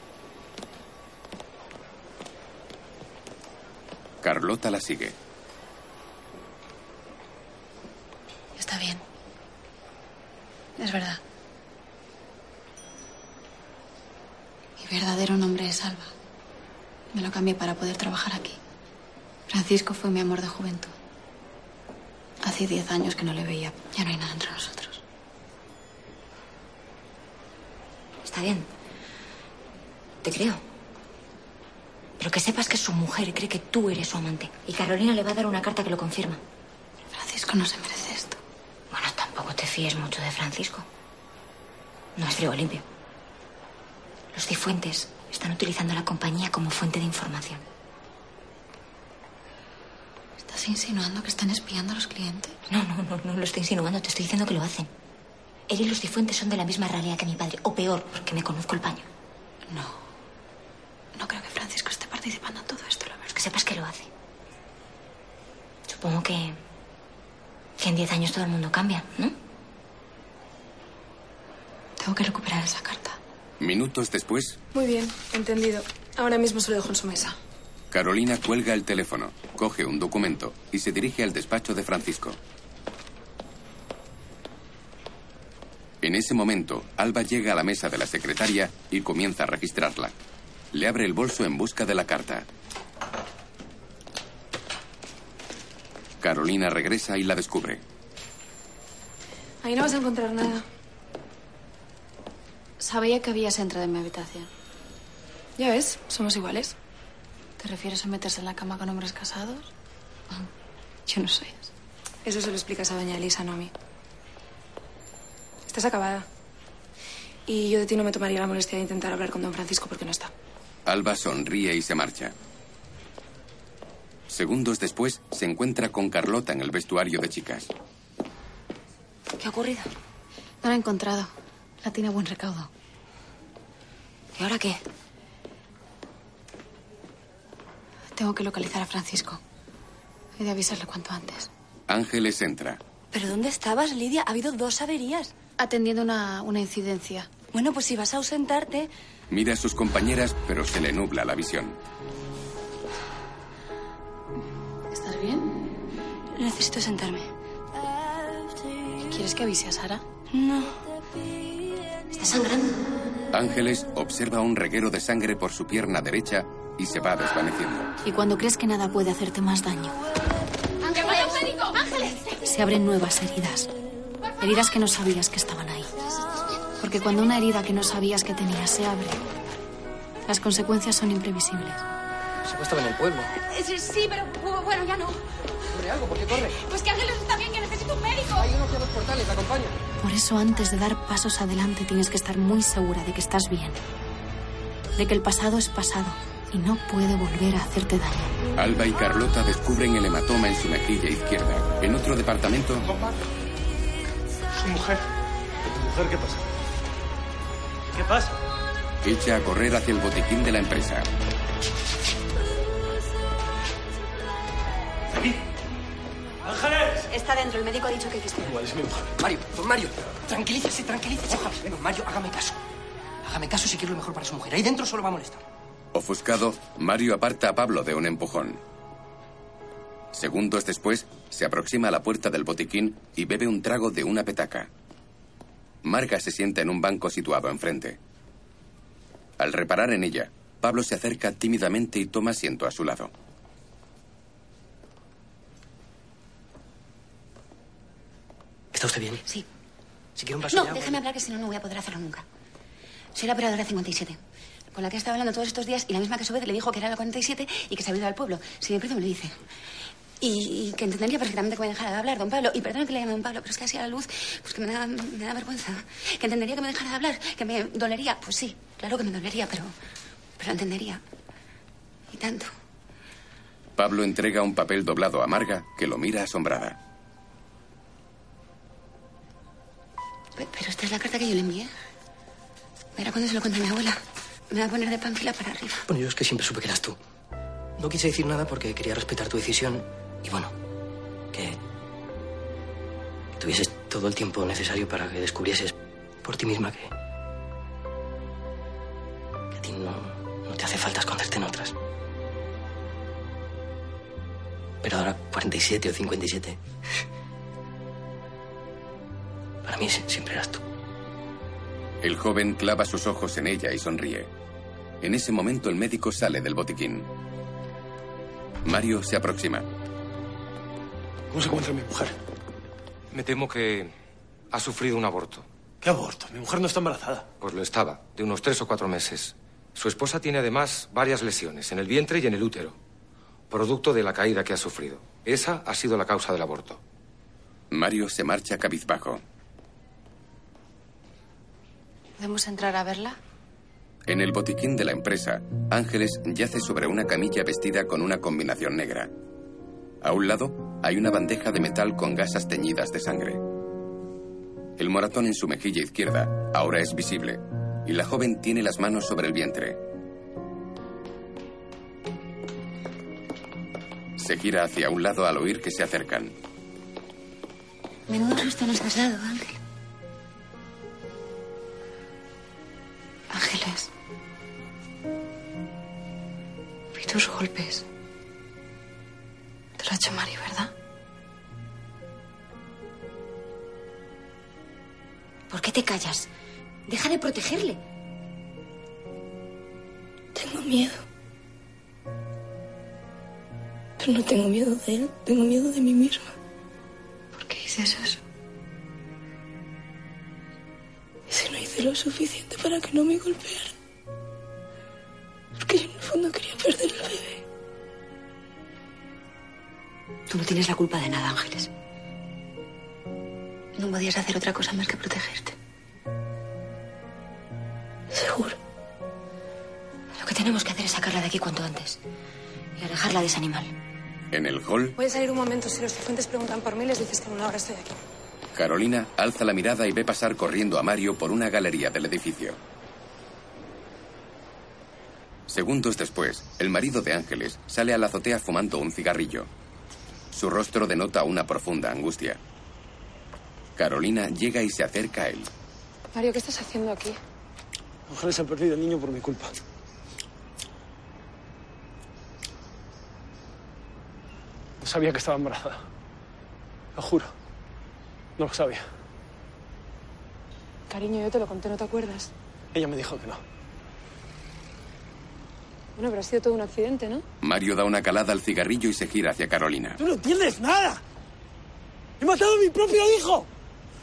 Speaker 1: Carlota la sigue.
Speaker 4: Está bien. Es verdad. Mi verdadero nombre es Alba. Me lo cambié para poder trabajar aquí. Francisco fue mi amor de juventud. Hace diez años que no le veía. Ya no hay nada entre nosotros.
Speaker 7: Está bien. Te creo. Pero que sepas que su mujer cree que tú eres su amante. Y Carolina le va a dar una carta que lo confirma.
Speaker 4: Francisco no se merece esto.
Speaker 7: Bueno, tampoco te fíes mucho de Francisco. No es frío limpio. Los cifuentes están utilizando a la compañía como fuente de información.
Speaker 4: ¿Estás insinuando que están espiando a los clientes?
Speaker 7: No, no, no, no lo estoy insinuando, te estoy diciendo que lo hacen. Él y los cifuentes son de la misma realidad que mi padre, o peor, porque me conozco el paño.
Speaker 4: No. No creo que Francisco esté participando en todo esto, la verdad.
Speaker 7: Pues Que sepas que lo hace. Supongo que. que en 10 años todo el mundo cambia, ¿no?
Speaker 4: Tengo que recuperar esa carta.
Speaker 1: Minutos después,
Speaker 5: Muy bien, entendido. Ahora mismo se lo dejo en su mesa.
Speaker 1: Carolina cuelga el teléfono, coge un documento y se dirige al despacho de Francisco. En ese momento, Alba llega a la mesa de la secretaria y comienza a registrarla. Le abre el bolso en busca de la carta. Carolina regresa y la descubre.
Speaker 5: Ahí no vas a encontrar nada.
Speaker 4: Sabía que habías entrado en mi habitación.
Speaker 5: Ya ves, somos iguales.
Speaker 4: ¿Te refieres a meterse en la cama con hombres casados? Yo no soy eso.
Speaker 5: Eso se lo explicas a doña Elisa, no a mí. Estás acabada. Y yo de ti no me tomaría la molestia de intentar hablar con don Francisco porque no está.
Speaker 1: Alba sonríe y se marcha. Segundos después, se encuentra con Carlota en el vestuario de chicas.
Speaker 5: ¿Qué ha ocurrido? No la he encontrado. La tiene a buen recaudo. ¿Y ahora qué? Tengo que localizar a Francisco. He de avisarle cuanto antes.
Speaker 1: Ángeles entra.
Speaker 5: ¿Pero dónde estabas, Lidia? Ha habido dos averías. Atendiendo una, una incidencia. Bueno, pues si vas a ausentarte.
Speaker 1: Mira a sus compañeras, pero se le nubla la visión.
Speaker 5: ¿Estás bien?
Speaker 19: Necesito sentarme.
Speaker 5: ¿Quieres que avise a Sara?
Speaker 19: No.
Speaker 5: Está sangrando.
Speaker 1: Ángeles observa un reguero de sangre por su pierna derecha y se va desvaneciendo.
Speaker 7: Y cuando crees que nada puede hacerte más daño,
Speaker 20: ¡Que vaya un médico! ¡Ángeles!
Speaker 7: se abren nuevas heridas. Heridas que no sabías que estaban ahí. Porque cuando una herida que no sabías que tenías se abre, las consecuencias son imprevisibles.
Speaker 10: Se estaba en el pueblo.
Speaker 20: Sí, sí, pero bu- bueno, ya no.
Speaker 10: Corre algo, porque corre.
Speaker 20: Pues que Ángeles está bien, que necesito un médico.
Speaker 10: Hay uno hacia los portales, acompaña.
Speaker 7: Por eso antes de dar pasos adelante tienes que estar muy segura de que estás bien. De que el pasado es pasado y no puede volver a hacerte daño.
Speaker 1: Alba y Carlota descubren el hematoma en su mejilla izquierda. En otro departamento,
Speaker 8: Su mujer. ¿Mujer qué pasa? ¿Qué pasa?
Speaker 1: echa a correr hacia el botiquín de la empresa.
Speaker 8: ¡Ángeles!
Speaker 19: Está dentro, el médico ha dicho que hay que esperar.
Speaker 8: Igual es mi mujer.
Speaker 10: Mario, don Mario, tranquilícese, tranquilícese. Don Mario, hágame caso. Hágame caso si quiere lo mejor para su mujer. Ahí dentro solo va a molestar.
Speaker 1: Ofuscado, Mario aparta a Pablo de un empujón. Segundos después, se aproxima a la puerta del botiquín y bebe un trago de una petaca. Marga se sienta en un banco situado enfrente. Al reparar en ella, Pablo se acerca tímidamente y toma asiento a su lado.
Speaker 10: ¿Está usted bien?
Speaker 4: Sí.
Speaker 10: Si quiere un vaso
Speaker 4: No,
Speaker 10: de agua.
Speaker 4: déjame hablar que si no, no voy a poder hacerlo nunca. Soy la operadora 57, con la que he estado hablando todos estos días y la misma que a su vez le dijo que era la 47 y que se había ido al pueblo. Si me pido, me lo dice. Y, y que entendería perfectamente que me dejara de hablar, don Pablo. Y perdón que le llame don Pablo, pero es que así a la luz, pues que me da, me da vergüenza. Que entendería que me dejara de hablar, que me dolería. Pues sí, claro que me dolería, pero, pero entendería. Y tanto.
Speaker 1: Pablo entrega un papel doblado a Marga, que lo mira asombrada.
Speaker 4: Pe- Pero esta es la carta que yo le envié. Verá cuando se lo conté a mi abuela. Me va a poner de panfila para arriba.
Speaker 10: Bueno, yo es que siempre supe que eras tú. No quise decir nada porque quería respetar tu decisión y bueno, que tuvieses todo el tiempo necesario para que descubrieses por ti misma que, que a ti no, no te hace falta esconderte en otras. Pero ahora 47 o 57, para mí sie- siempre eras tú.
Speaker 1: El joven clava sus ojos en ella y sonríe. En ese momento el médico sale del botiquín. Mario se aproxima.
Speaker 8: ¿Cómo se encuentra mi mujer?
Speaker 6: Me temo que ha sufrido un aborto.
Speaker 8: ¿Qué aborto? Mi mujer no está embarazada.
Speaker 6: Pues lo estaba, de unos tres o cuatro meses. Su esposa tiene además varias lesiones en el vientre y en el útero, producto de la caída que ha sufrido. Esa ha sido la causa del aborto.
Speaker 1: Mario se marcha cabizbajo.
Speaker 5: ¿Podemos entrar a verla?
Speaker 1: En el botiquín de la empresa, Ángeles yace sobre una camilla vestida con una combinación negra. A un lado hay una bandeja de metal con gasas teñidas de sangre. El moratón en su mejilla izquierda ahora es visible y la joven tiene las manos sobre el vientre. Se gira hacia un lado al oír que se acercan.
Speaker 4: Menudo susto nos has dado, Ángel.
Speaker 5: Ángeles. Vi tus golpes. Te lo ha hecho Mari, ¿verdad?
Speaker 21: ¿Por qué te callas? Deja de protegerle.
Speaker 22: Tengo miedo. Pero no tengo miedo de él, tengo miedo de mí misma. ¿Por qué
Speaker 5: hice eso?
Speaker 22: Y si no hice lo suficiente para que no me golpeara. Porque yo en el fondo quería perder al bebé.
Speaker 19: Tú no tienes la culpa de nada, Ángeles.
Speaker 4: No podías hacer otra cosa más que protegerte.
Speaker 22: Seguro.
Speaker 19: Lo que tenemos que hacer es sacarla de aquí cuanto antes. Y alejarla de ese animal.
Speaker 1: En el hall,
Speaker 5: Voy a salir un momento. Si los agentes preguntan por mí, les dices que en una hora estoy aquí.
Speaker 1: Carolina alza la mirada y ve pasar corriendo a Mario por una galería del edificio. Segundos después, el marido de Ángeles sale a la azotea fumando un cigarrillo. Su rostro denota una profunda angustia. Carolina llega y se acerca a él.
Speaker 5: Mario, ¿qué estás haciendo aquí?
Speaker 8: Ángeles ha perdido al niño por mi culpa. No sabía que estaba embarazada. Lo juro. No lo sabía.
Speaker 5: Cariño, yo te lo conté, ¿no te acuerdas?
Speaker 8: Ella me dijo que no.
Speaker 5: Bueno, pero ha sido todo un accidente, ¿no?
Speaker 1: Mario da una calada al cigarrillo y se gira hacia Carolina.
Speaker 8: ¡Tú no entiendes nada! ¡He matado a mi propio hijo!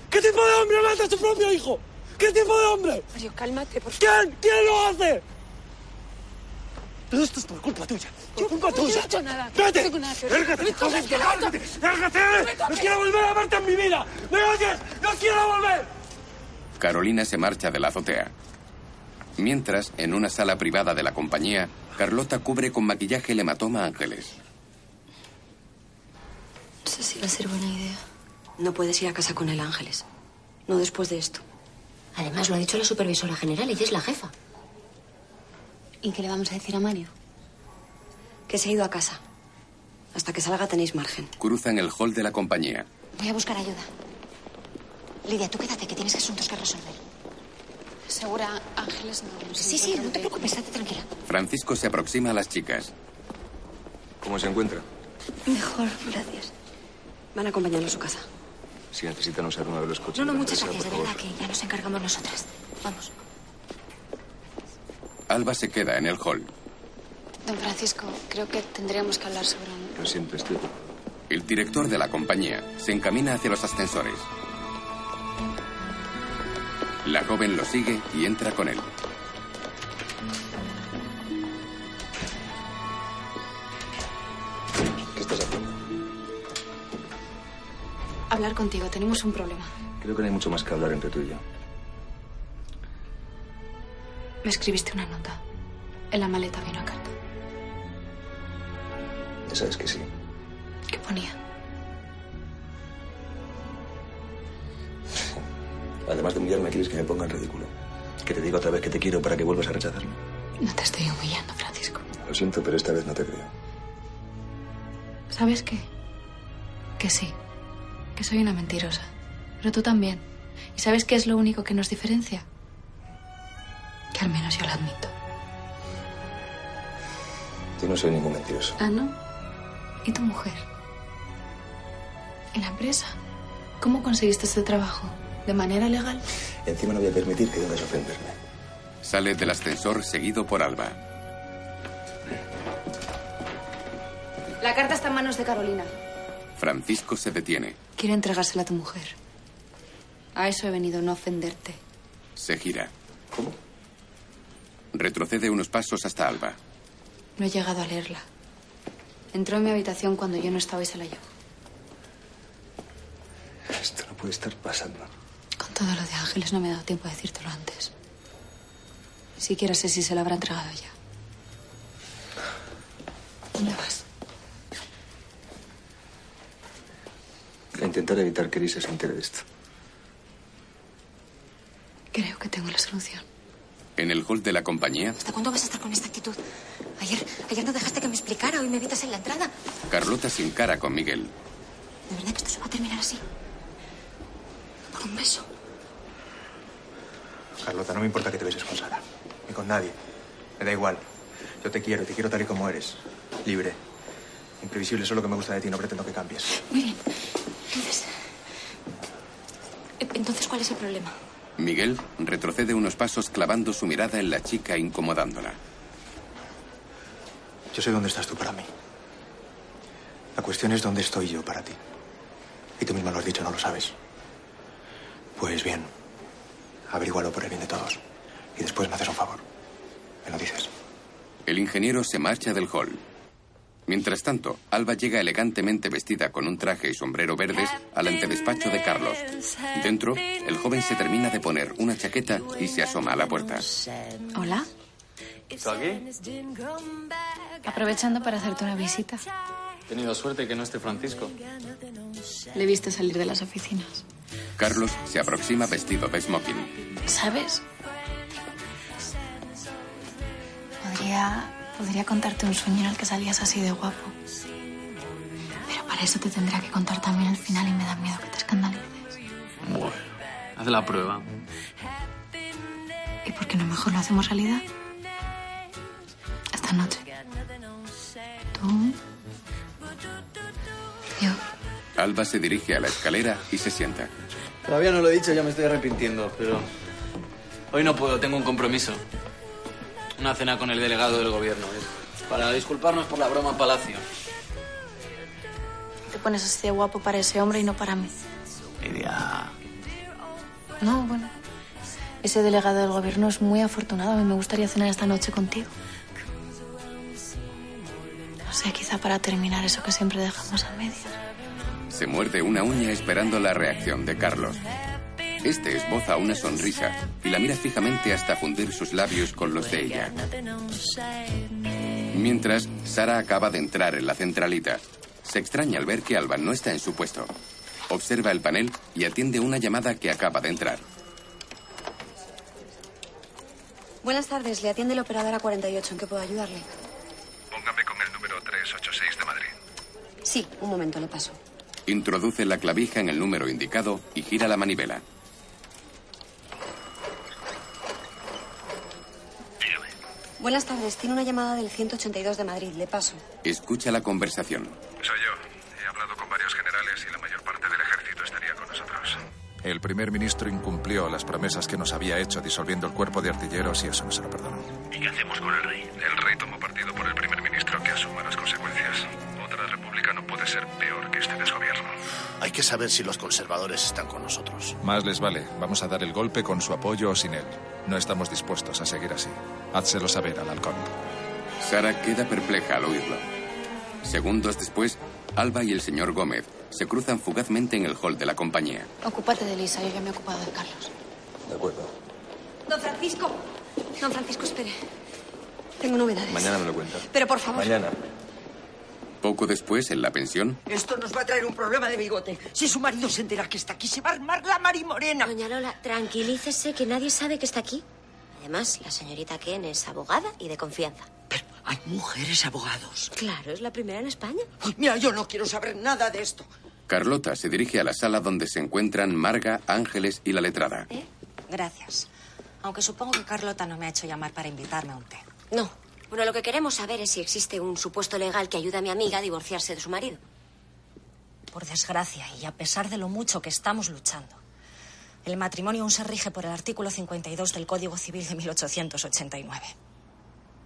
Speaker 8: ¿Qué tipo de hombre mata a su propio hijo? ¿Qué tipo de hombre?
Speaker 5: Mario, cálmate, por favor.
Speaker 8: ¿Quién? ¿Quién lo hace? Todo esto es por culpa tuya. Por culpa
Speaker 5: no te he
Speaker 8: tuya.
Speaker 5: hecho nada.
Speaker 8: ¡Vete!
Speaker 5: No tengo nada que ver. No
Speaker 8: ¡Lárgate!
Speaker 5: me toques,
Speaker 8: joder, ¡Lárgate! ¡Lárgate! ¡No quiero volver a verte en mi vida! ¡Me oyes! ¡No quiero volver!
Speaker 1: Carolina se marcha de la azotea. Mientras, en una sala privada de la compañía, Carlota cubre con maquillaje el hematoma a Ángeles.
Speaker 23: No sé si va a ser buena idea. No puedes ir a casa con el Ángeles. No después de esto.
Speaker 24: Además, lo ha dicho la supervisora general. Ella es la jefa.
Speaker 23: ¿Y qué le vamos a decir a Mario? Que se ha ido a casa. Hasta que salga tenéis margen.
Speaker 1: Cruzan el hall de la compañía.
Speaker 7: Voy a buscar ayuda.
Speaker 24: Lidia, tú quédate, que tienes asuntos que resolver.
Speaker 4: Segura, Ángeles no.
Speaker 24: Sí, sí, no te preocupes, estate tranquila.
Speaker 1: Francisco se aproxima a las chicas.
Speaker 14: ¿Cómo se encuentra?
Speaker 23: Mejor, gracias. Van a acompañarlo a su casa.
Speaker 14: Si necesitan usar uno de los coches.
Speaker 23: No, no,
Speaker 14: de la
Speaker 23: muchas
Speaker 14: empresa,
Speaker 23: gracias, de
Speaker 14: por
Speaker 23: verdad, que ya nos encargamos nosotras. Vamos.
Speaker 1: Alba se queda en el hall.
Speaker 4: Don Francisco, creo que tendríamos que hablar sobre un...
Speaker 14: favor. Lo siento, este, estoy.
Speaker 1: El director de la compañía se encamina hacia los ascensores. La joven lo sigue y entra con él.
Speaker 14: ¿Qué estás haciendo?
Speaker 4: Hablar contigo, tenemos un problema.
Speaker 14: Creo que no hay mucho más que hablar entre tú y yo.
Speaker 4: Me escribiste una nota. En la maleta había una carta.
Speaker 14: Ya sabes que sí.
Speaker 4: ¿Qué ponía?
Speaker 14: Además de humillarme, quieres que me ponga en ridículo. Que te diga otra vez que te quiero para que vuelvas a rechazarme.
Speaker 4: No te estoy humillando, Francisco.
Speaker 14: Lo siento, pero esta vez no te creo.
Speaker 4: ¿Sabes qué? Que sí, que soy una mentirosa. Pero tú también. ¿Y sabes qué es lo único que nos diferencia? Que al menos yo lo admito.
Speaker 14: Yo este no soy ningún mentiroso.
Speaker 4: Ah, ¿no? ¿Y tu mujer? ¿En la empresa? ¿Cómo conseguiste este trabajo? ¿De manera legal?
Speaker 14: Encima no voy a permitir que vengas a ofenderme.
Speaker 1: Sale del ascensor seguido por Alba.
Speaker 25: La carta está en manos de Carolina.
Speaker 1: Francisco se detiene.
Speaker 26: Quiero entregársela a tu mujer. A eso he venido, no ofenderte.
Speaker 1: Se gira. ¿Cómo? Retrocede unos pasos hasta Alba.
Speaker 26: No he llegado a leerla. Entró en mi habitación cuando yo no estaba y se la llevó.
Speaker 14: Esto no puede estar pasando.
Speaker 26: Con todo lo de Ángeles no me he dado tiempo a decírtelo antes. Ni siquiera sé si se la habrá entregado ya.
Speaker 4: ¿Dónde vas?
Speaker 14: A intentar evitar que Elisa se entere de esto.
Speaker 4: Creo que tengo la solución.
Speaker 1: En el hall de la compañía,
Speaker 7: ¿Hasta cuándo vas a estar con esta actitud? Ayer, ayer no dejaste que me explicara, hoy me evitas en la entrada.
Speaker 1: Carlota se encara con Miguel.
Speaker 7: De verdad que esto se va a terminar así. Por un beso.
Speaker 27: Carlota, no me importa que te beses con Sara. Ni con nadie. Me da igual. Yo te quiero, y te quiero tal y como eres. Libre. Imprevisible, eso es lo que me gusta de ti. No pretendo que cambies.
Speaker 7: Muy bien. Entonces. eh, Entonces, ¿cuál es el problema?
Speaker 1: Miguel retrocede unos pasos clavando su mirada en la chica incomodándola.
Speaker 27: Yo sé dónde estás tú para mí. La cuestión es dónde estoy yo para ti. Y tú misma lo has dicho, no lo sabes. Pues bien, averígualo por el bien de todos. Y después me haces un favor. Me lo dices.
Speaker 1: El ingeniero se marcha del hall. Mientras tanto, Alba llega elegantemente vestida con un traje y sombrero verdes al antedespacho de Carlos. Dentro, el joven se termina de poner una chaqueta y se asoma a la puerta.
Speaker 4: Hola.
Speaker 10: ¿Tú aquí?
Speaker 4: Aprovechando para hacerte una visita.
Speaker 3: Tenido suerte que no esté Francisco.
Speaker 4: Le viste salir de las oficinas.
Speaker 1: Carlos se aproxima vestido de smoking.
Speaker 4: ¿Sabes? Podría, podría contarte un sueño en el que salías así de guapo. Pero para eso te tendría que contar también el final y me da miedo que te escandalices.
Speaker 3: Bueno. Haz la prueba.
Speaker 4: ¿Y por qué no mejor lo hacemos realidad? Esta noche. Tú,
Speaker 1: Alba se dirige a la escalera y se sienta.
Speaker 3: Todavía no lo he dicho, ya me estoy arrepintiendo, pero... Hoy no puedo, tengo un compromiso. Una cena con el delegado del gobierno. ¿eh? Para disculparnos por la broma Palacio.
Speaker 4: te pones así de guapo para ese hombre y no para mí.
Speaker 3: Lidia.
Speaker 4: No, bueno. Ese delegado del gobierno es muy afortunado. A mí me gustaría cenar esta noche contigo. No sé, quizá para terminar eso que siempre dejamos a medias.
Speaker 1: Se muerde una uña esperando la reacción de Carlos. Este esboza una sonrisa y la mira fijamente hasta fundir sus labios con los de ella. Mientras, Sara acaba de entrar en la centralita. Se extraña al ver que Alba no está en su puesto. Observa el panel y atiende una llamada que acaba de entrar.
Speaker 28: Buenas tardes, le atiende la operadora 48. ¿En qué puedo ayudarle?
Speaker 6: Póngame con el número 386 de Madrid.
Speaker 28: Sí, un momento, le paso.
Speaker 1: Introduce la clavija en el número indicado y gira la manivela.
Speaker 28: Buenas tardes, tiene una llamada del 182 de Madrid, le paso.
Speaker 1: Escucha la conversación.
Speaker 6: Soy yo. He hablado con varios generales y la mayor parte del ejército estaría con nosotros.
Speaker 8: El primer ministro incumplió las promesas que nos había hecho disolviendo el cuerpo de artilleros y eso no se lo perdono.
Speaker 6: ¿Y qué hacemos con el rey? El rey tomó partido por el primer ministro que asuma las consecuencias. Otra república no puede ser peor que este desgobierno.
Speaker 29: Hay que saber si los conservadores están con nosotros.
Speaker 8: Más les vale, vamos a dar el golpe con su apoyo o sin él. No estamos dispuestos a seguir así. Házselo saber al halcón.
Speaker 1: Sara queda perpleja al oírlo. Segundos después, Alba y el señor Gómez se cruzan fugazmente en el hall de la compañía.
Speaker 4: Ocúpate de Lisa, yo ya me he ocupado de Carlos.
Speaker 30: De acuerdo.
Speaker 28: Don Francisco. Don Francisco, espere. Tengo novedades.
Speaker 30: Mañana me lo cuenta.
Speaker 28: Pero por favor.
Speaker 30: Mañana.
Speaker 1: Poco después, en la pensión,
Speaker 10: Esto nos va a traer un problema de bigote. Si su marido se entera que está aquí, se va a armar la marimorena.
Speaker 31: Doña Lola, tranquilícese que nadie sabe que está aquí. Además, la señorita Ken es abogada y de confianza.
Speaker 10: Hay mujeres abogados.
Speaker 31: Claro, es la primera en España.
Speaker 10: Ay, mira, yo no quiero saber nada de esto.
Speaker 1: Carlota se dirige a la sala donde se encuentran Marga, Ángeles y la letrada.
Speaker 7: Gracias. Aunque supongo que Carlota no me ha hecho llamar para invitarme a un té.
Speaker 31: No. Bueno, lo que queremos saber es si existe un supuesto legal que ayude a mi amiga a divorciarse de su marido.
Speaker 7: Por desgracia, y a pesar de lo mucho que estamos luchando, el matrimonio aún se rige por el artículo 52 del Código Civil de 1889.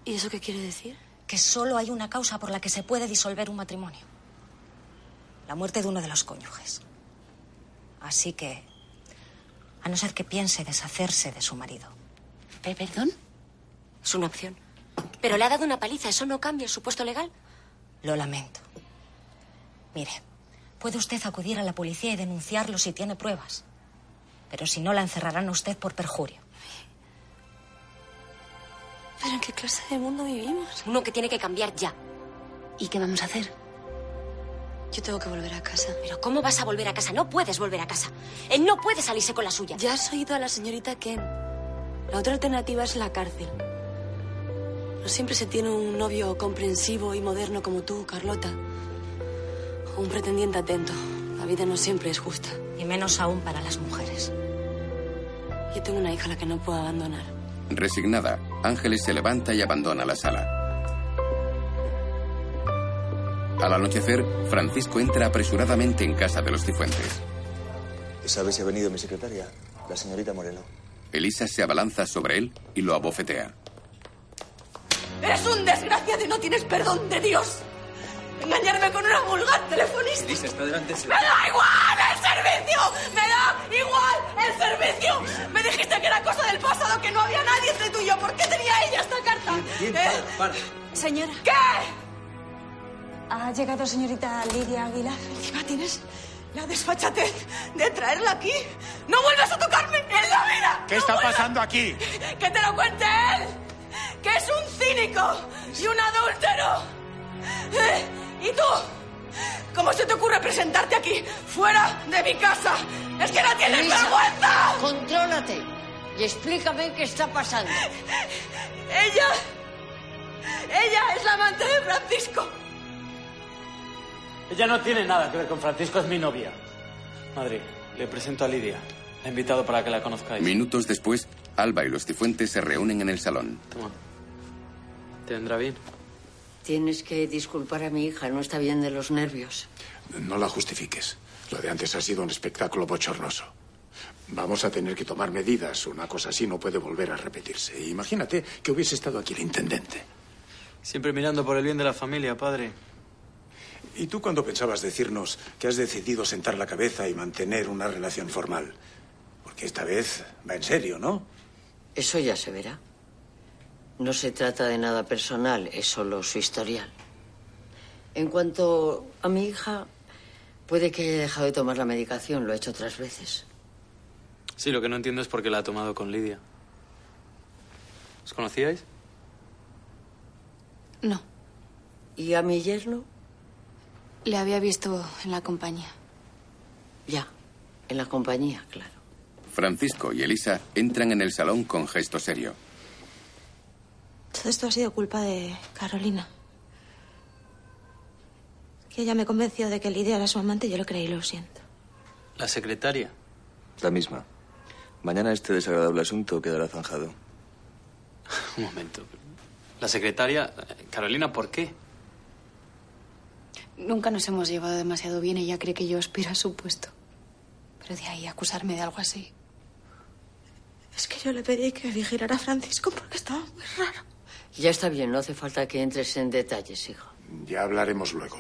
Speaker 32: ¿Y eso qué quiere decir?
Speaker 7: que solo hay una causa por la que se puede disolver un matrimonio. La muerte de uno de los cónyuges. Así que, a no ser que piense deshacerse de su marido.
Speaker 31: ¿Perdón?
Speaker 7: Es una opción.
Speaker 31: Pero le ha dado una paliza, ¿eso no cambia el supuesto legal?
Speaker 7: Lo lamento. Mire, puede usted acudir a la policía y denunciarlo si tiene pruebas. Pero si no, la encerrarán a usted por perjurio.
Speaker 32: ¿Pero en qué clase de mundo vivimos?
Speaker 31: Uno que tiene que cambiar ya.
Speaker 32: ¿Y qué vamos a hacer? Yo tengo que volver a casa.
Speaker 31: Pero ¿cómo vas a volver a casa? No puedes volver a casa. Él no puede salirse con la suya.
Speaker 32: Ya has oído a la señorita Ken. La otra alternativa es la cárcel. No siempre se tiene un novio comprensivo y moderno como tú, Carlota. O un pretendiente atento. La vida no siempre es justa.
Speaker 7: Y menos aún para las mujeres.
Speaker 32: Yo tengo una hija a la que no puedo abandonar.
Speaker 1: Resignada, Ángeles se levanta y abandona la sala. Al anochecer, Francisco entra apresuradamente en casa de los cifuentes.
Speaker 30: ¿Sabes si ha venido mi secretaria? La señorita Moreno.
Speaker 1: Elisa se abalanza sobre él y lo abofetea.
Speaker 10: Eres un desgraciado y no tienes perdón de Dios. Engañarme con una vulgar telefonista.
Speaker 33: Elisa está delante de
Speaker 10: ¡Me da igual el servicio! ¡Me da igual el servicio! Me dijiste que era cosa del pasado, que no había nadie entre tú y yo. ¿Por qué tenía ella esta carta? ¿Eh?
Speaker 34: Señora.
Speaker 10: ¿Qué?
Speaker 34: Ha llegado señorita Lidia Aguilar.
Speaker 10: Encima tienes la desfachatez de traerla aquí. ¡No vuelvas a tocarme en la vida!
Speaker 29: ¿Qué
Speaker 10: ¡No
Speaker 29: está
Speaker 10: vuelvas!
Speaker 29: pasando aquí?
Speaker 10: ¡Que te lo cuente él! ¡Que es un cínico y un adúltero! ¿Eh? ¿Y tú?
Speaker 35: ¿Cómo se te ocurre presentarte aquí, fuera de mi casa? ¡Es que no tienes
Speaker 10: Luisa,
Speaker 35: vergüenza!
Speaker 10: Contrólate y explícame qué está pasando.
Speaker 35: Ella. Ella es la amante de Francisco.
Speaker 36: Ella no tiene nada que ver con Francisco, es mi novia.
Speaker 3: Madrid, le presento a Lidia. La he invitado para que la conozcáis.
Speaker 1: Minutos después, Alba y los Cifuentes se reúnen en el salón.
Speaker 3: Te vendrá bien.
Speaker 10: Tienes que disculpar a mi hija, no está bien de los nervios.
Speaker 6: No la justifiques. Lo de antes ha sido un espectáculo bochornoso. Vamos a tener que tomar medidas. Una cosa así no puede volver a repetirse. Imagínate que hubiese estado aquí el intendente.
Speaker 3: Siempre mirando por el bien de la familia, padre.
Speaker 6: ¿Y tú cuándo pensabas decirnos que has decidido sentar la cabeza y mantener una relación formal? Porque esta vez va en serio, ¿no?
Speaker 10: Eso ya se verá. No se trata de nada personal, es solo su historial. En cuanto a mi hija, puede que haya dejado de tomar la medicación, lo he hecho otras veces.
Speaker 3: Sí, lo que no entiendo es por qué la ha tomado con Lidia. ¿Os conocíais?
Speaker 4: No,
Speaker 10: ¿Y a mi yerno?
Speaker 4: le había visto en la compañía.
Speaker 10: Ya, en la compañía, claro.
Speaker 1: Francisco y Elisa entran en el salón con gesto serio.
Speaker 7: Todo esto ha sido culpa de Carolina. Que ella me convenció de que Lidia era su amante, yo lo creí, lo siento.
Speaker 3: La secretaria.
Speaker 8: La misma. Mañana este desagradable asunto quedará zanjado.
Speaker 3: Un momento. La secretaria. Carolina, ¿por qué?
Speaker 4: Nunca nos hemos llevado demasiado bien. Ella cree que yo aspiro a su puesto. Pero de ahí a acusarme de algo así.
Speaker 7: Es que yo le pedí que vigilara a Francisco porque estaba muy raro.
Speaker 10: Ya está bien, no hace falta que entres en detalles, hija.
Speaker 6: Ya hablaremos luego.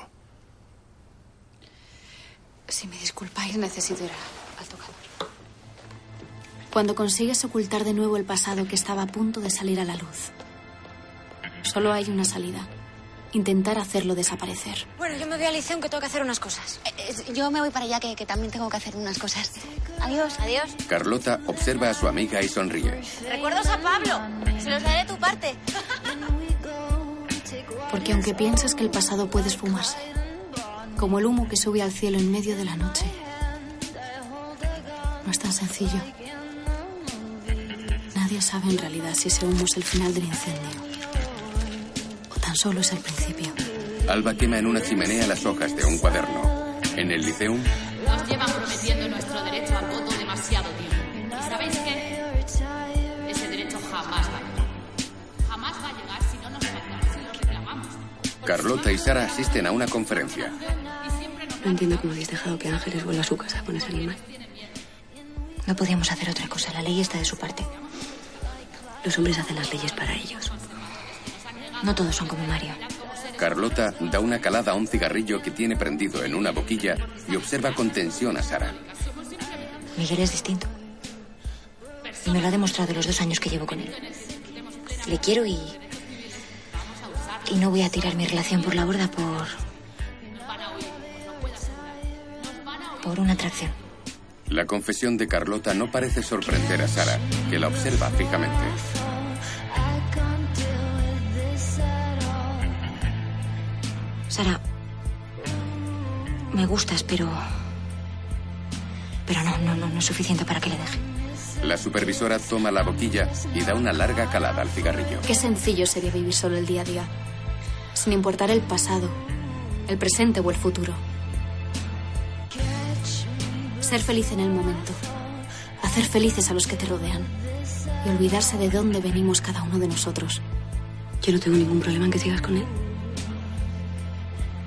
Speaker 4: Si me disculpáis, necesito ir a- al tocador. Cuando consigues ocultar de nuevo el pasado que estaba a punto de salir a la luz. Solo hay una salida. Intentar hacerlo desaparecer.
Speaker 37: Bueno, yo me voy al liceo, que tengo que hacer unas cosas. Eh, yo me voy para allá, que, que también tengo que hacer unas cosas. Adiós. Adiós.
Speaker 1: Carlota observa a su amiga y sonríe.
Speaker 37: Recuerdos a Pablo. Se los daré de tu parte.
Speaker 4: Porque aunque piensas que el pasado puede esfumarse, como el humo que sube al cielo en medio de la noche, no es tan sencillo. Nadie sabe en realidad si ese humo es el final del incendio o tan solo es el principio.
Speaker 1: Alba quema en una chimenea las hojas de un cuaderno. En el liceum,
Speaker 38: Nos llevan prometiendo nuestro derecho al voto demasiado tiempo. ¿Y sabéis qué? Ese derecho jamás va a llegar. Jamás va a llegar si no nos levantamos y lo reclamamos.
Speaker 1: Carlota y Sara asisten a una conferencia.
Speaker 7: No entiendo cómo habéis dejado que Ángeles vuelva a su casa con ese animal. No podíamos hacer otra cosa. La ley está de su parte. Los hombres hacen las leyes para ellos. No todos son como Mario.
Speaker 1: Carlota da una calada a un cigarrillo que tiene prendido en una boquilla y observa con tensión a Sara.
Speaker 7: Miguel es distinto. Y me lo ha demostrado los dos años que llevo con él. Le quiero y. Y no voy a tirar mi relación por la borda por. por una atracción.
Speaker 1: La confesión de Carlota no parece sorprender a Sara, que la observa fijamente.
Speaker 7: Sara. Me gustas, pero. Pero no, no, no, no es suficiente para que le deje.
Speaker 1: La supervisora toma la boquilla y da una larga calada al cigarrillo.
Speaker 4: Qué sencillo sería vivir solo el día a día, sin importar el pasado, el presente o el futuro. Ser feliz en el momento, hacer felices a los que te rodean y olvidarse de dónde venimos cada uno de nosotros.
Speaker 7: Yo no tengo ningún problema en que sigas con él.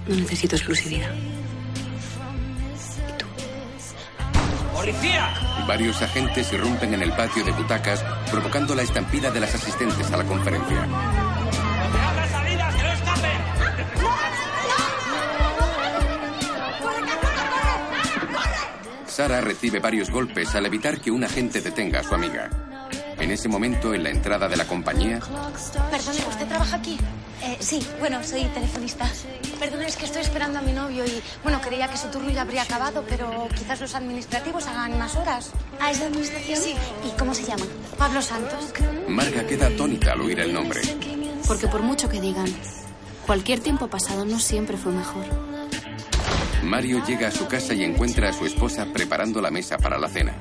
Speaker 7: No necesito exclusividad.
Speaker 1: ¡Policía! Varios agentes irrumpen en el patio de butacas, provocando la estampida de las asistentes a la conferencia. Sara recibe varios golpes al evitar que un agente detenga a su amiga. En ese momento, en la entrada de la compañía,
Speaker 37: Perdone, ¿usted trabaja aquí? Eh, sí, bueno, soy telefonista. Perdone, es que estoy esperando a mi novio y, bueno, creía que su turno ya habría acabado, pero quizás los administrativos hagan más horas. ¿Ah, es de administración? Sí. ¿Y cómo se llama? Pablo Santos.
Speaker 1: Marga queda atónita al oír el nombre.
Speaker 4: Porque por mucho que digan, cualquier tiempo pasado no siempre fue mejor.
Speaker 1: Mario llega a su casa y encuentra a su esposa preparando la mesa para la cena.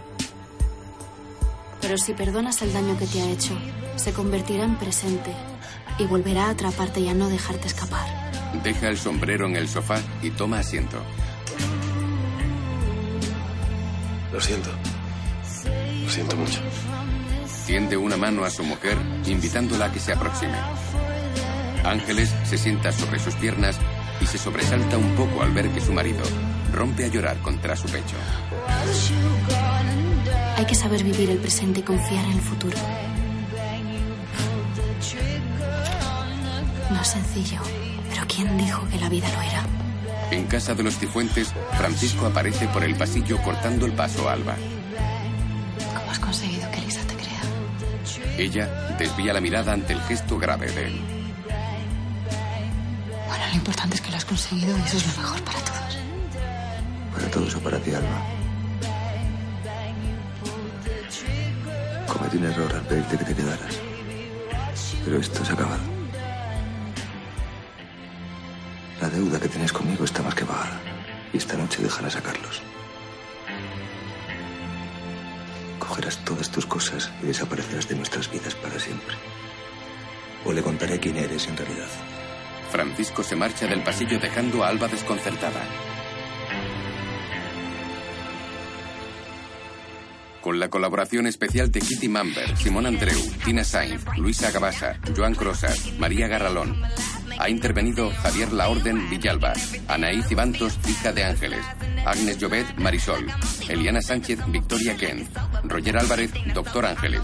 Speaker 4: Pero si perdonas el daño que te ha hecho, se convertirá en presente y volverá a atraparte y a no dejarte escapar.
Speaker 1: Deja el sombrero en el sofá y toma asiento.
Speaker 14: Lo siento. Lo siento mucho.
Speaker 1: Tiende una mano a su mujer, invitándola a que se aproxime. Ángeles se sienta sobre sus piernas y se sobresalta un poco al ver que su marido rompe a llorar contra su pecho.
Speaker 4: Hay que saber vivir el presente y confiar en el futuro. No es sencillo, pero ¿quién dijo que la vida lo era?
Speaker 1: En casa de los Cifuentes, Francisco aparece por el pasillo cortando el paso a Alba.
Speaker 4: ¿Cómo has conseguido que Elisa te crea?
Speaker 1: Ella desvía la mirada ante el gesto grave de él.
Speaker 4: Bueno, lo importante es que lo has conseguido y eso es lo mejor para todos.
Speaker 14: Para todo eso, para ti, Alba. Cometí un error al pedirte que te quedaras. Pero esto se ha acabado. La deuda que tienes conmigo está más que pagada. Y esta noche dejarás a Carlos. Cogerás todas tus cosas y desaparecerás de nuestras vidas para siempre. O le contaré quién eres en realidad.
Speaker 1: Francisco se marcha del pasillo dejando a Alba desconcertada. Con la colaboración especial de Kitty Mamber, Simón Andreu, Tina Sainz, Luisa Gabasa, Joan Crosas, María Garralón. Ha intervenido Javier Laorden Villalba, Anaí Cibantos, hija de Ángeles, Agnes Llobet, Marisol, Eliana Sánchez, Victoria Kent, Roger Álvarez, Doctor Ángeles.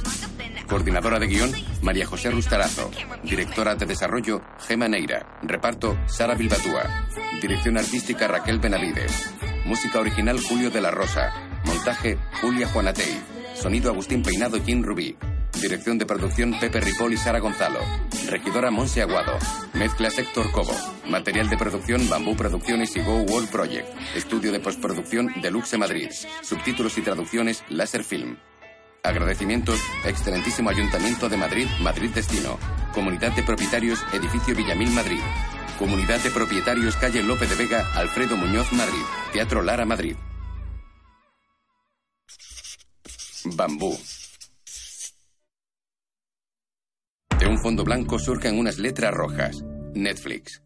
Speaker 1: Coordinadora de guión, María José Rustarazo. Directora de desarrollo, Gema Neira. Reparto, Sara Bilbatúa. Dirección artística, Raquel Benavides. Música original, Julio de la Rosa. Montaje, Julia Juanatey. Sonido, Agustín Peinado y Jim Rubí. Dirección de producción, Pepe Ripoll y Sara Gonzalo. Regidora, Monse Aguado. Mezclas, Héctor Cobo. Material de producción, Bambú Producciones y Go World Project. Estudio de postproducción, Deluxe Madrid. Subtítulos y traducciones, Láser Film. Agradecimientos, Excelentísimo Ayuntamiento de Madrid, Madrid Destino. Comunidad de Propietarios, Edificio Villamil, Madrid. Comunidad de Propietarios, Calle López de Vega, Alfredo Muñoz, Madrid. Teatro Lara, Madrid. Bambú. De un fondo blanco surgen unas letras rojas. Netflix.